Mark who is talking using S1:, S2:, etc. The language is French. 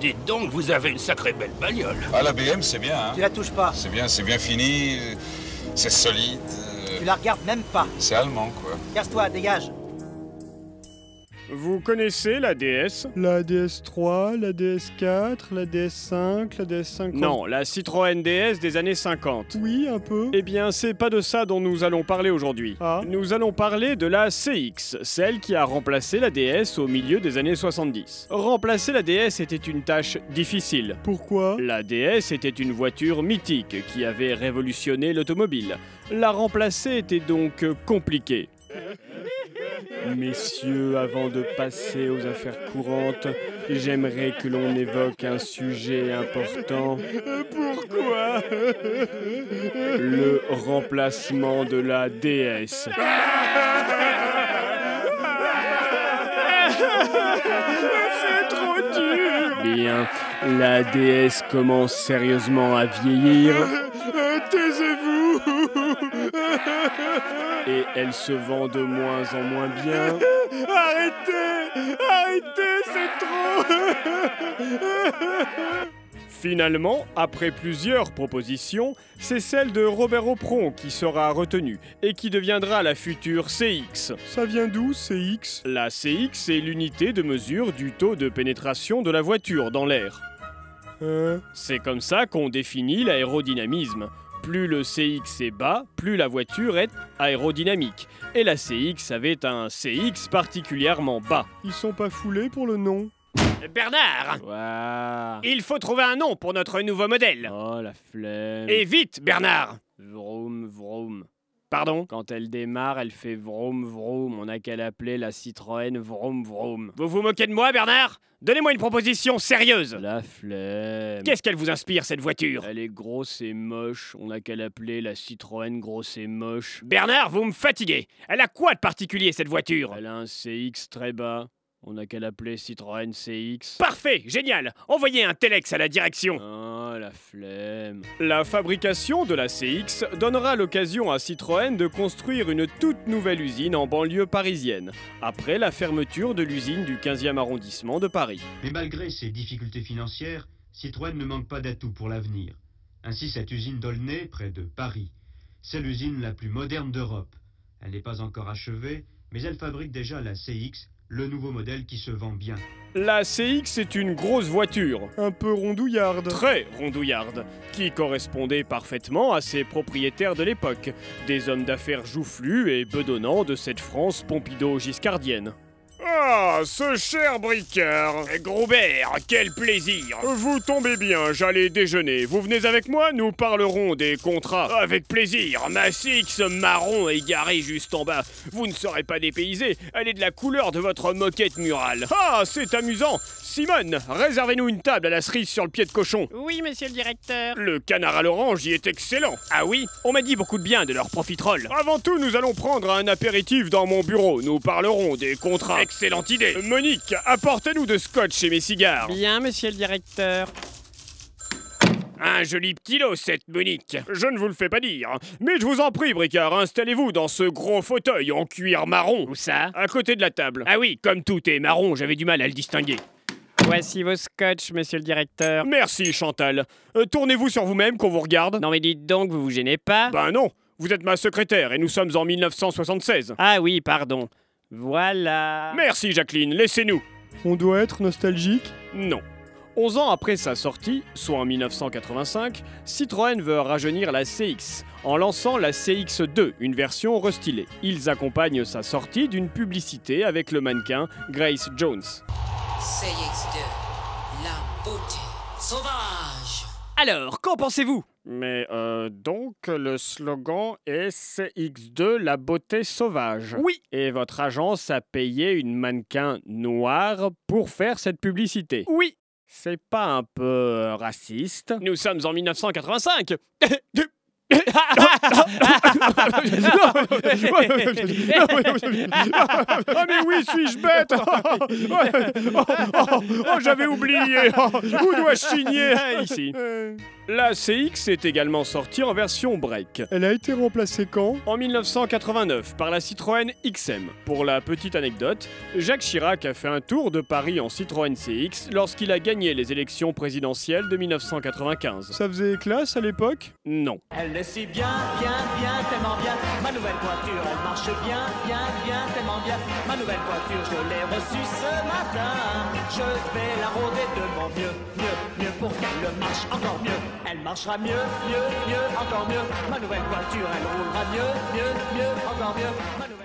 S1: Dites donc, vous avez une sacrée belle bagnole.
S2: Ah, la BM, c'est bien, hein
S3: Tu la touches pas.
S2: C'est bien, c'est bien fini, euh, c'est solide, euh,
S3: Tu la regardes même pas.
S2: c'est allemand, quoi.
S3: Casse-toi, dégage.
S4: Vous connaissez la DS
S5: La DS3, la DS4, la DS5, la DS50.
S4: Non, la Citroën DS des années 50.
S5: Oui, un peu.
S4: Eh bien, c'est pas de ça dont nous allons parler aujourd'hui.
S5: Ah.
S4: Nous allons parler de la CX, celle qui a remplacé la DS au milieu des années 70. Remplacer la DS était une tâche difficile.
S5: Pourquoi
S4: La DS était une voiture mythique qui avait révolutionné l'automobile. La remplacer était donc compliqué. Messieurs, avant de passer aux affaires courantes, j'aimerais que l'on évoque un sujet important.
S5: Pourquoi
S4: Le remplacement de la DS. Bien, la DS commence sérieusement à vieillir
S5: Euh, Taisez-vous
S4: et elle se vend de moins en moins bien.
S5: Arrêtez Arrêtez, c'est trop
S4: Finalement, après plusieurs propositions, c'est celle de Robert Opron qui sera retenue et qui deviendra la future CX.
S5: Ça vient d'où, CX
S4: La CX est l'unité de mesure du taux de pénétration de la voiture dans l'air.
S5: Hein
S4: C'est comme ça qu'on définit l'aérodynamisme. Plus le CX est bas, plus la voiture est aérodynamique. Et la CX avait un CX particulièrement bas.
S5: Ils sont pas foulés pour le nom
S6: Bernard, il faut trouver un nom pour notre nouveau modèle.
S4: Oh la flemme.
S6: Et vite, Bernard
S4: Vroom, vroom.
S6: Pardon
S4: Quand elle démarre, elle fait vroom, vroom. On n'a qu'à l'appeler la Citroën vroom, vroom.
S6: Vous vous moquez de moi, Bernard Donnez-moi une proposition sérieuse.
S4: La flemme.
S6: Qu'est-ce qu'elle vous inspire, cette voiture
S4: Euh, Elle est grosse et moche. On n'a qu'à l'appeler la Citroën grosse et moche.
S6: Bernard, vous me fatiguez. Elle a quoi de particulier, cette voiture
S4: Elle a un CX très bas. On n'a qu'à l'appeler Citroën CX.
S6: Parfait, génial. Envoyez un telex à la direction.
S4: Oh, la flemme. La fabrication de la CX donnera l'occasion à Citroën de construire une toute nouvelle usine en banlieue parisienne, après la fermeture de l'usine du 15e arrondissement de Paris.
S7: Mais malgré ses difficultés financières, Citroën ne manque pas d'atouts pour l'avenir. Ainsi, cette usine d'Aulnay, près de Paris, c'est l'usine la plus moderne d'Europe. Elle n'est pas encore achevée, mais elle fabrique déjà la CX, le nouveau modèle qui se vend bien.
S4: La CX est une grosse voiture,
S5: Un peu rondouillarde.
S4: très rondouillarde, qui correspondait parfaitement à ses propriétaires de l'époque, des hommes d'affaires joufflus et bedonnants de cette France Pompidou-Giscardienne. Ah, ce cher briqueur
S6: Groubert, quel plaisir
S4: Vous tombez bien, j'allais déjeuner. Vous venez avec moi, nous parlerons des contrats.
S6: Avec plaisir, ma CX marron est garée juste en bas. Vous ne serez pas dépaysé, elle est de la couleur de votre moquette murale.
S4: Ah, c'est amusant Simone, réservez-nous une table à la cerise sur le pied de cochon.
S8: Oui, monsieur le directeur.
S4: Le canard à l'orange y est excellent.
S6: Ah oui, on m'a dit beaucoup de bien de leur profiterole.
S4: Avant tout, nous allons prendre un apéritif dans mon bureau. Nous parlerons des contrats.
S6: Excellente idée
S4: Monique, apportez-nous de scotch et mes cigares.
S8: Bien, monsieur le directeur.
S6: Un joli petit lot, cette Monique
S4: Je ne vous le fais pas dire. Mais je vous en prie, Bricard, installez-vous dans ce gros fauteuil en cuir marron.
S6: Où ça
S4: À côté de la table.
S6: Ah oui, comme tout est marron, j'avais du mal à le distinguer.
S8: Voici vos scotch, monsieur le directeur.
S4: Merci, Chantal. Euh, Tournez-vous sur vous-même qu'on vous regarde.
S8: Non mais dites donc, vous vous gênez pas
S4: Ben non, vous êtes ma secrétaire et nous sommes en 1976.
S8: Ah oui, pardon. Voilà.
S4: Merci Jacqueline, laissez-nous.
S5: On doit être nostalgique
S4: Non. 11 ans après sa sortie, soit en 1985, Citroën veut rajeunir la CX en lançant la CX2, une version restylée. Ils accompagnent sa sortie d'une publicité avec le mannequin Grace Jones.
S9: CX2, la beauté sauvage.
S6: Alors, qu'en pensez-vous
S4: Mais euh, donc le slogan est CX2 la beauté sauvage.
S6: Oui
S4: Et votre agence a payé une mannequin noire pour faire cette publicité.
S6: Oui
S4: C'est pas un peu euh, raciste
S6: Nous sommes en 1985
S4: Ah mais oui, suis-je bête Oh, oh, oh, j'avais oublié Oh, Où dois-je signer Ici.
S5: Euh,
S4: La CX est également sortie en version break.
S5: elle a été remplacée quand
S4: En 1989, par la Citroën XM. Pour la petite anecdote, Jacques Chirac a fait un tour de Paris en Citroën CX lorsqu'il a gagné les élections présidentielles de 1995.
S5: Ça faisait classe à l'époque
S4: Non.
S3: Elle le suit bien, bien, bien, tellement bien. Ma nouvelle voiture, elle marche bien, bien, bien, tellement bien. Ma nouvelle voiture, je l'ai reçue ce matin. Je vais la rôder de mon mieux, mieux, mieux pour qu'elle marche encore mieux. Elle marchera mieux, mieux, mieux, encore mieux. Ma nouvelle voiture, elle roulera mieux, mieux, mieux, encore mieux. Ma nouvelle-